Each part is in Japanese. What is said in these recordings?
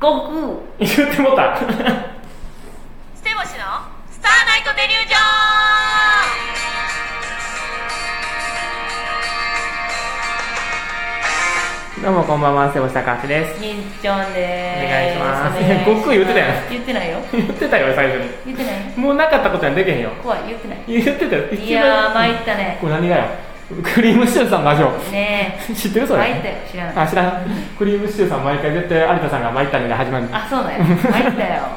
悟空言ってもたステボシのスターナイトデリュージョどうもこんばんは瀬尾下川ですみっちゃんでおす願いしますお願いし悟空言ってたや言ってないよ言ってたよ最初言ってないにもうなかったことにはできへんよ怖い言ってない言ってたよいやー参いったねこれ何がよクリームシチューさんのラジオね知ってるえそれ参ったよ知らないあ知らんクリームシチューさん毎回絶対有田さんが参ったみたいな始まるあそうなんや参った よ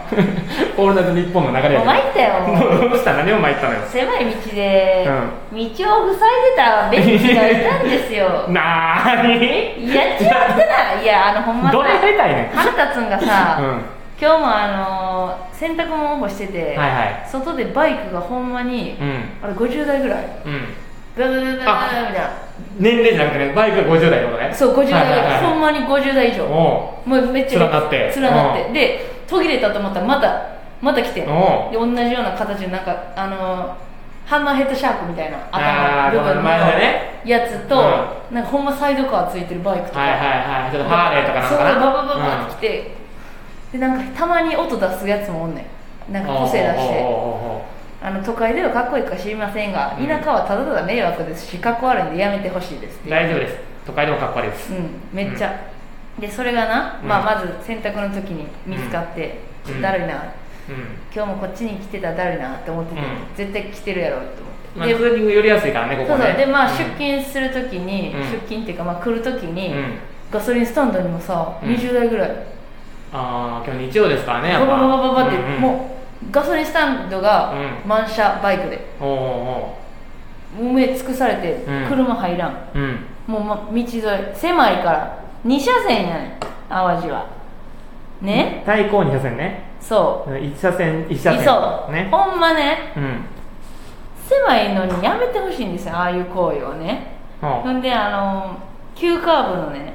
オールナイトニッポンの流れやもう参った よどうした何を参ったのよ狭い道で道を塞いでたベンチがいたんですよなーにやっちまったないやあのほんまさどれやりたいねん腹立つんがうんさ今日もあのー洗濯物干しててはいはい外でバイクがほんまにうんあれ50代ぐらいうんブーブーブーブーブーみあたいな年齢じゃなくてねバイクが50代ってことねそう50代ぐはいはいらはいいほんまに50代以上もおうめっちゃ連なって連なっうてで途切れたと思ったらまたまた来てでおう同じような形でなんかあのーハンマーヘッドシャークみたいなあー頭の部分この前のねのやつとうなんかほんまサイドカーついてるバイクとはいはいかはいちょっとハーレーとかなんかなそうバババババって来てでなんかたまに音出すやつもおんねんなんか個性出しおうておうおうおうおうあの都会ではかっこいいか知りませんがうん田舎はただただ迷惑ですしかっこ悪いんでやめてほしいですっていう大丈夫です都会でもかっこ悪いですうんめっちゃ、でそれがな、うんまあ、まず洗濯の時に見つかって、うんちょっとだるいな、うん今日もこっちに来てたらだるいなって思ってて、うん絶対来てるやろうと思って、まであツーリング寄りやすいからねこそこうねそうでまあうん出勤する時に、うん出勤っていうか、まあ、来る時に、うんガソリンスタンドにもさ、うん20代ぐらいああ今日日曜ですからねやバっバぱババババって、うんうんもうガソリンスタンドがう満車バイクでおうお埋め尽くされて、うん車入らんうおううんもう、ま、道沿い狭いから2車線やねん淡路はね、対向2車線ねそう1車線1車線そう、ねほんまねうん狭いのにやめてほしいんですよああいう行為をねほほんであの急カーブのね、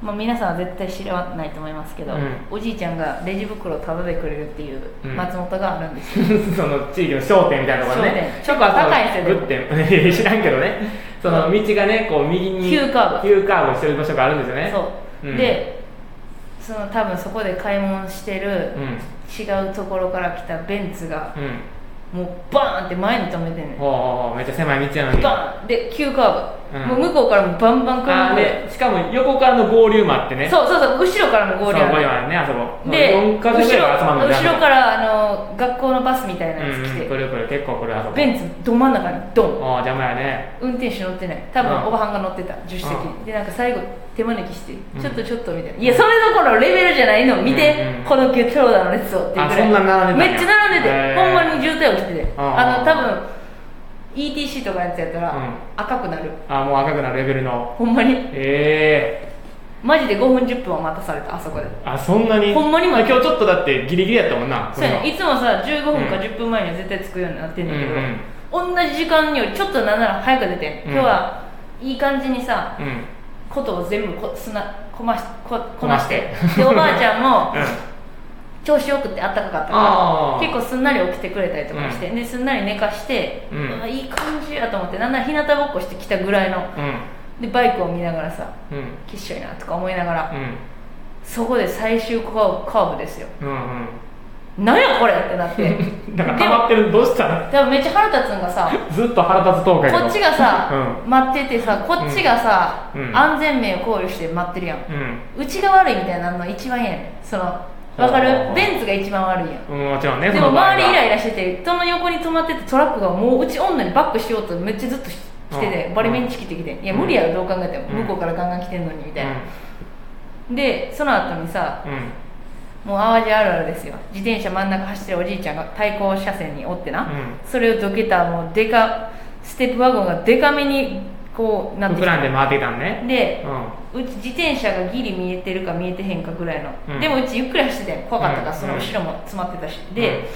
まあ、皆さんは絶対知らないと思いますけど、うんおじいちゃんがレジ袋をタダでくれるっていううん松本があるんですよ、うその地域の商店みたいなところね商店高いですよねグッて知らんけどねその道がねこう右に急カーブ急カーブしてる場所があるんですよねそう、うんでその多分そこで買い物してる、うん違うところから来たベンツがうんもうバーンって前に止めてんねんほうほうほうめっちゃ狭い道なのにバーンで急カーブ、うんもう向こうからもバンバンあ車がー来るでしかも横からの合流もあってねそうそうそう後ろからも合流そあう合る流あるねあそこで4後かろ所ぐらい集まるんだ後ろからあの学校のバスみたいなやつ来うんうて、んこれこれ結構これあそこベンツど真ん中にドンおお邪魔やね運転手乗ってない多うん分おばはんが乗ってた助手席うでなんか最後手招きして、うんちょっとちょっとみたいないやそれどころのレベルじゃないの見て、うんうんこの急長蛇の列をっていうぐらいあそんな並んでたんやめっちゃ並んでて、へーほんまに渋滞起きてて、んうんあの多分 ETC とかやつやったら、うん赤くなるあーもう赤くなるレベルのほんまにえマジで5分10分は待たされたあそこでえー、あそんなにほんまにあ今日ちょっとだってギリギリやったもんなそうやねいこつもさ15分かうん10分前には絶対着くようになってんだけど、うんうん同じ時間よりちょっとなんなら早く出てん、うん今日はいい感じにされうんことを全部こすなこましここなしてこなしてでおばあちゃんもうん調子よくてあったかかったあかーら結構すんなり起きてくれたりとかして、ですんなり寝かして、うんあいい感じやと思ってなんなら日向ぼっこしてきたぐらいのうんでバイクを見ながらさうんきっしょいなとか思いながら、うんそこで最終カーブカーブですようんなんやこれってなって うん なんかで溜もまってるどうしたのでもめっちゃ腹立つんがさずっと腹立つトークやけこどっちがさ、う待っててさこっちがさ、うん安全面を考慮して待ってるやん、うんうちが悪いみたいなの一番嫌やねんそのわかあるーベンツが一番悪いやんうんもちろんねでもその場合は周りイライラしてて人の横に止まっててトラックがもううち女にバックしようとめっちゃずっとし来ててうんバリメンチ来てきて「いや無理やろどう考えてもう向んこうからガンガン来てんのに」みたいな、でその後にさうんうんもう淡路あるあるですよ自転車真ん中走ってるおじいちゃんが対向車線におってな、うんそれをどけたもうでかステップワゴンがでかめにこうなって膨らんで回ってきたんねでううち自転車がギリ見えてるか見えてへんかぐらいの、うんでもうちゆっくり走ってたよ怖かったから、うんその後ろも詰まってたし、で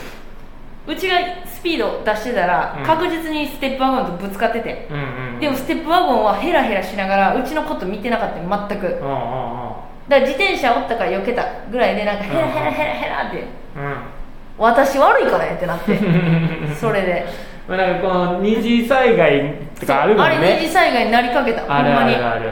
うちがスピード出してたら、うん確実にステップワゴンとぶつかってて、んうんうんでもステップワゴンはヘラヘラしながらうちのこと見てなかったよ全くうんうだかんら自転車おったから避けたぐらいでなんかヘラヘラヘラヘラってうん うん私悪いからやってなって それでまあ、なんかこの二次災害とかあるもんねれ二次災害になりかけたあほんるまあにるある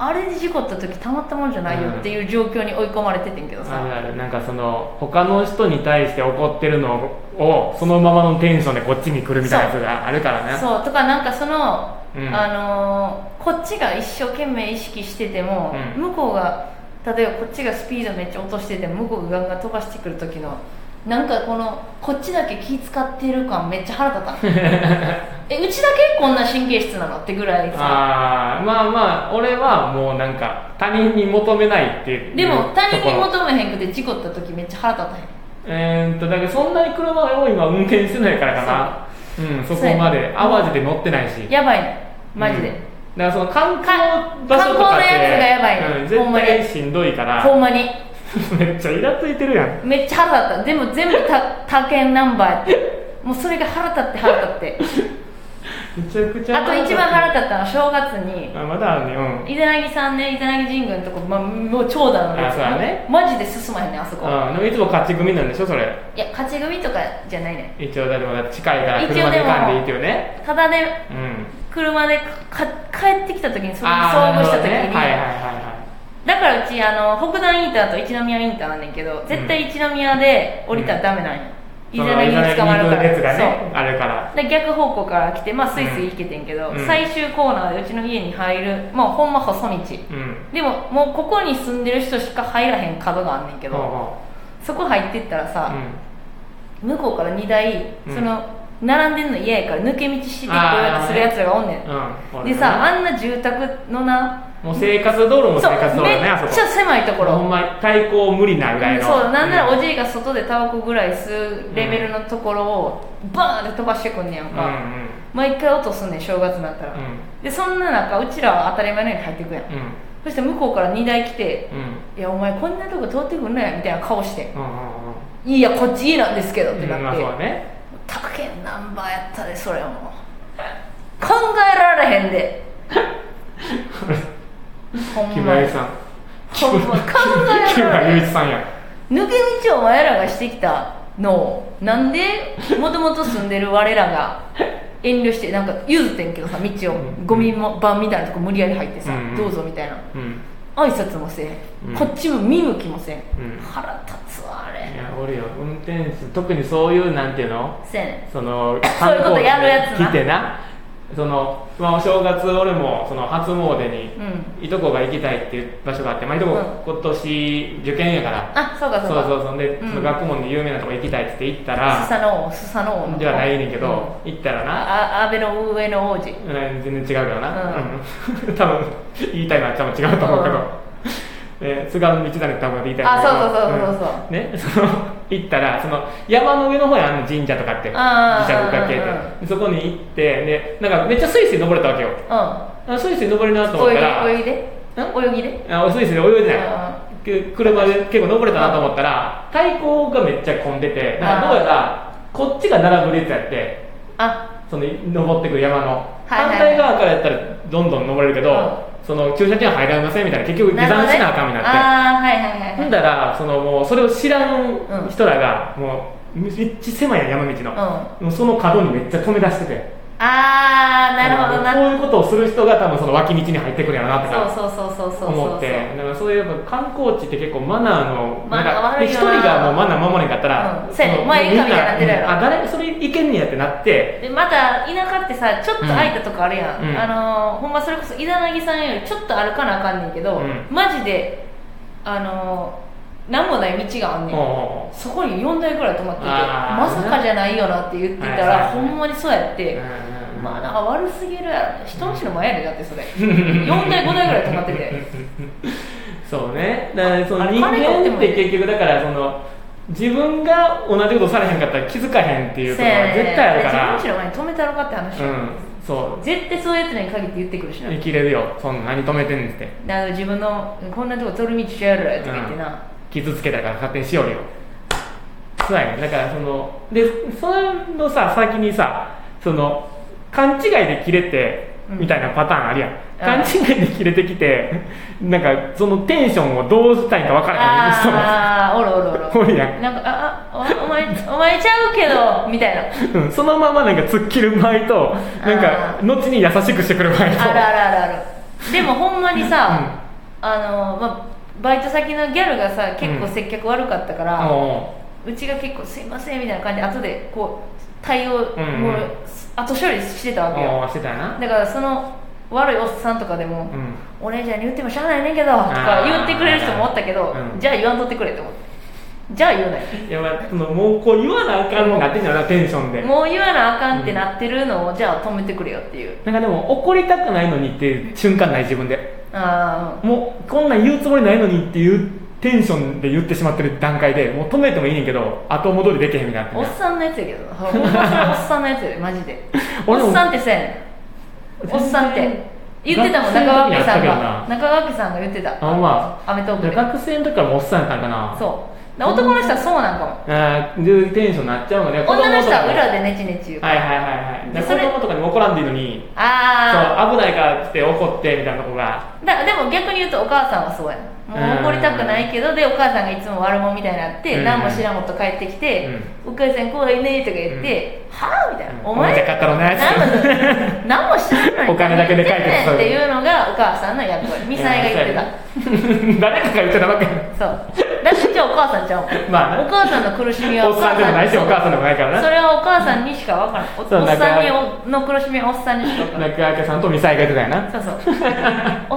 あれで事故った時たまったもんじゃないよっていう状況に追い込まれててんけどあるさ、あるなんかその他の人に対して怒ってるのをそのままのテンションでこっちに来るみたいなやつがあるからねそうとかなんかその、うんあのーこっちが一生懸命意識してても、うん向こうが例えばこっちがスピードめっちゃ落としてても向こうがガンガン飛ばしてくる時のなんかこのこっちだけ気使ってる感めっちゃ腹 立ったえうちだけこんな神経質なのってぐらいさああまあまあ俺はもうなんか他人に求めないっていうでも他人にところ求めへんくて事故った時めっちゃ腹立たへんえーっとだからそんなに車を今運転してないからかなうんそこまでそう淡路で乗ってないしやばいねマジで、うんだからその観光場所とかって観光のやつがやばいねうん、ほん絶まに対しんどいからほんまに めっちゃイラついてるやんめっちゃ腹立ったでも全部た他県ナンバーやってもうそれが腹立って腹立ってめちゃくちゃあと一番腹立ったのは正月にあまだあるねうん伊手ぎさんね伊手ぎ神宮のとこ、まあ、もう長蛇のあそうだねマジで進まへんねあそこうん、でもいつも勝ち組なんでしょそれいや勝ち組とかじゃないね一応だって近いから一応車でで行もかんでいいっていうねただねうん車でかか帰ってきた時にそれにあ遭ー遇した時に、なるほどねはいはいはだからうちあの北段インターと一宮インターなんねんけど絶対一宮で降りたらダメなんよ、伊い手はいぎに捕まるから列がそうねあるからで逆方向から来てまあスイスイ行けてんけど、うん最終コーナーでうちの家に入るもうほんま細道うんでももうここに住んでる人しか入らへん角があんねんけけど、ほうほそこ入ってったらううさ、ん向こうから荷台、うんその並んでんの嫌やから抜け道してこようとするやつらがおんねんうんでさあんな住宅のなもう生活道路も生活道路めだねあそっこちゃ狭いところほんま対抗無理なぐらいのそうなんならおいじいが外でタバコぐらい吸うレベルのところをバーンって飛ばしてくんねやんうんうか、ん毎回落とすんねん正月になったら、でそんな中うちらは当たり前のように入ってくやん、うんうんそして向こうから荷台来てう「いんやお前こんなとこ通ってくんなよ」みたいな顔してう「んいやこっち家なんですけど」ってうんうんまなっあて、そうだね他県ナンバーやったでそれはもう考えられへん でほん木ま村ゆにうさんほんま考木えら村れゆへうんさんや抜け道をお前らがしてきたのをなんでもともと住んでる我らが遠慮してなんか譲ってんけどさ道をうんゴミも場みたいなとこ無理やり入ってさ、うんうんどうぞみたいなうん挨拶もせん、うんこっちも見向きもせん、うん腹立つわあいれやおるよ運転手特にそういうなんていうのせやねそのそういうことやるやつな来てなその、まあ、お正月俺もその初詣にんうんいとこが行きたいっていう場所があって、まあ、いとこ、う今年受験やからあそうかそそううかそうそんで、うんその学問で有名なとこ行きたいっつって行ったスらサノオスサノオのではないねんけうんど、行ったらな、あ安倍の上の王子うん、全然違うけどな、ううん 多分言いたいのは多分違うと思うけど、え津軽の道だねって多分言いたいんだけどあそうそうそうそうそんね その行ったらその山の上の方にあるの神社とかってあー自社仏閣系うんうんってでそこに行ってでなんかめっちゃスイスイ登れたわけようあスイスイ登れるなと思ったらん泳ぎで泳ぎで泳ぎであスイスイで泳いでないあく車で結構登れたなと思ったら対向がめっちゃ混んでてだからどうやらこっちが並ぶ列やってあその登ってくる山のはいはい反対側からやったらどんどん登れるけど、うその駐車場に入られませんみたいな結局る下ほど山ねしなあかんみたいになってああはいはいはいはいほんだらそのもうそれを知らうんん人らがもうめっちゃ狭いやん山道の、うんもうその角にめっちゃ止め出しててああなるほどなこういうことをする人が多分その脇道に入ってくるやろなってなそうそうそうそうそうそう思ってだからそういうやっぱ観光地って結構マナーのマなんナーか悪でい一よ人ながもうマナー守れんかったら、うんそうやねその前以下みたいになってるやろみんあ誰それいけんねやってなってでまた田舎ってさちょっと空いたとこあるやん、うんあのーほんまそれこそ伊沢ぎさんよりちょっと歩かなあかんねんけど、うんマジであのーなんもない道があんねん、もうそこに4台ぐらい止まっててあーまさかじゃないよなって言ってたら、はいはいはいほんまにそうやって、まあなんか悪すぎるやろ人の死の前やでだってそれ4台5台ぐらい止まっててそうねだからそあのれ人彼が追って間っもいいて結局だからその自分が同じことされへんかったら気づかへんっていうせことやはねん絶対あるか自分らの死の前に止めたろかって話、うんそう絶対そういうやつらに限って言ってくるしな生きれるよそんな何止めてんねんってなんか自分のこんなとこ取る道ちゃうやろやとか言ってな、傷つけたから勝手にしよるよそうやねだからそのでそれのさ先にさその勘違いで切れてうんみたいなパターンあるやん、あ勘違いで切れてきてなんかそのテンションをどうしたいか分からへん人もああおるおるおおるるやんなんかああおお前お前ちゃうけどみたいなうんそのままなんか突っ切る場合となんあかー後に優しくしてくる場合とあるあるあるあるでもほんまにさ、あのまあ、バイト先のギャルがさ結構接客悪かったから、おうちが結構「すいません」みたいな感じで後でこう対応、うんうんもう後処理してたーわけよおーしてたなだからその悪いおっさんとかでもうん「お姉ちゃんに言ってもしゃあないねんけど」とか言ってくれる人もおったけど、うんじゃあ言わんとってくれって思ってじゃあ言わないいやまあそのもうこう言わなあかんのがってんじゃなテンションでもう言わなあかんってなってるのをじゃあ止めてくれよっていうなんかでも怒りたくないのにっていう瞬間ない自分であもうこんなん言うつもりないのにっていうテンションで言ってしまってる段階でもう止めてもいいねんけど後戻りできへんみたいにあなおっってねさんのやつやけどなほ んまそれおっさんのやつやでマジで俺もおっさんってせんおっさんって言ってたもん中学生の川時家やっさたんけどがな中川家さんが言ってたあまアメトーあクで学生の時からもうおっさんやったんかなそうだから男の人はそうなんかもあーでテンションなっちゃうもんね女の人は裏ででネチネチ言う、はいはいはいはいででそ子れ供とかにも怒らんでいいのにああそう危ないからって怒ってみたいなとこがだでも逆に言うとお母さんはそうやなもう怒りたくないけどでお母さんがいつも悪者みたいになって、うん何も知らんもと帰ってきて「お母さんこうだよね」とか言って「はあ?」みたいな「お前じゃ買ったろうな何も 何もしてないのにお金だけで解決何言ってんねんっしとるていうのがお母さんの役割ミサイが言ってたた 誰かが言ってたわけやそうだってじゃあお母さんちゃうもんまあなお母さんの苦しみはおっさんでもないしお母さんでもないからそなれはお母さんにしか分からんおそうおっさんにだおの苦しみはおっさんにしか分からん中明さんとミサイが言ってたよなそうそう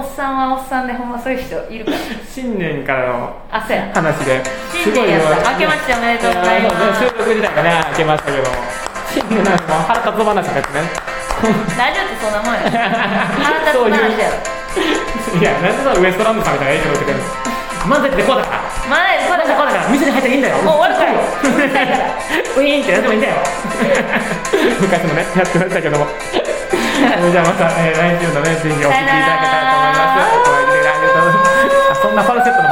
お っさんはおっさんでほんまそういう人いるから新年からのあそうや話で新年やよった明けましておめでとうございまやそうねす収録自体がね明けましたけども新年なんかもう腹立つ話だってねラジオってそんなもんや腹立つそういう話やろいやなんでさウエストランドさんみたいな影響を受けてるの漫才ってこうだから前でこうだだかからら店に入ったらいいんだよもう終わるからうるさいから ウィーンってやってもいいんだよ昔もねやってましたけどもそれじゃあまた、えー来週のねぜひお聞きいただけたらと思いますお会いできてありがとうございますあそんなファルセットの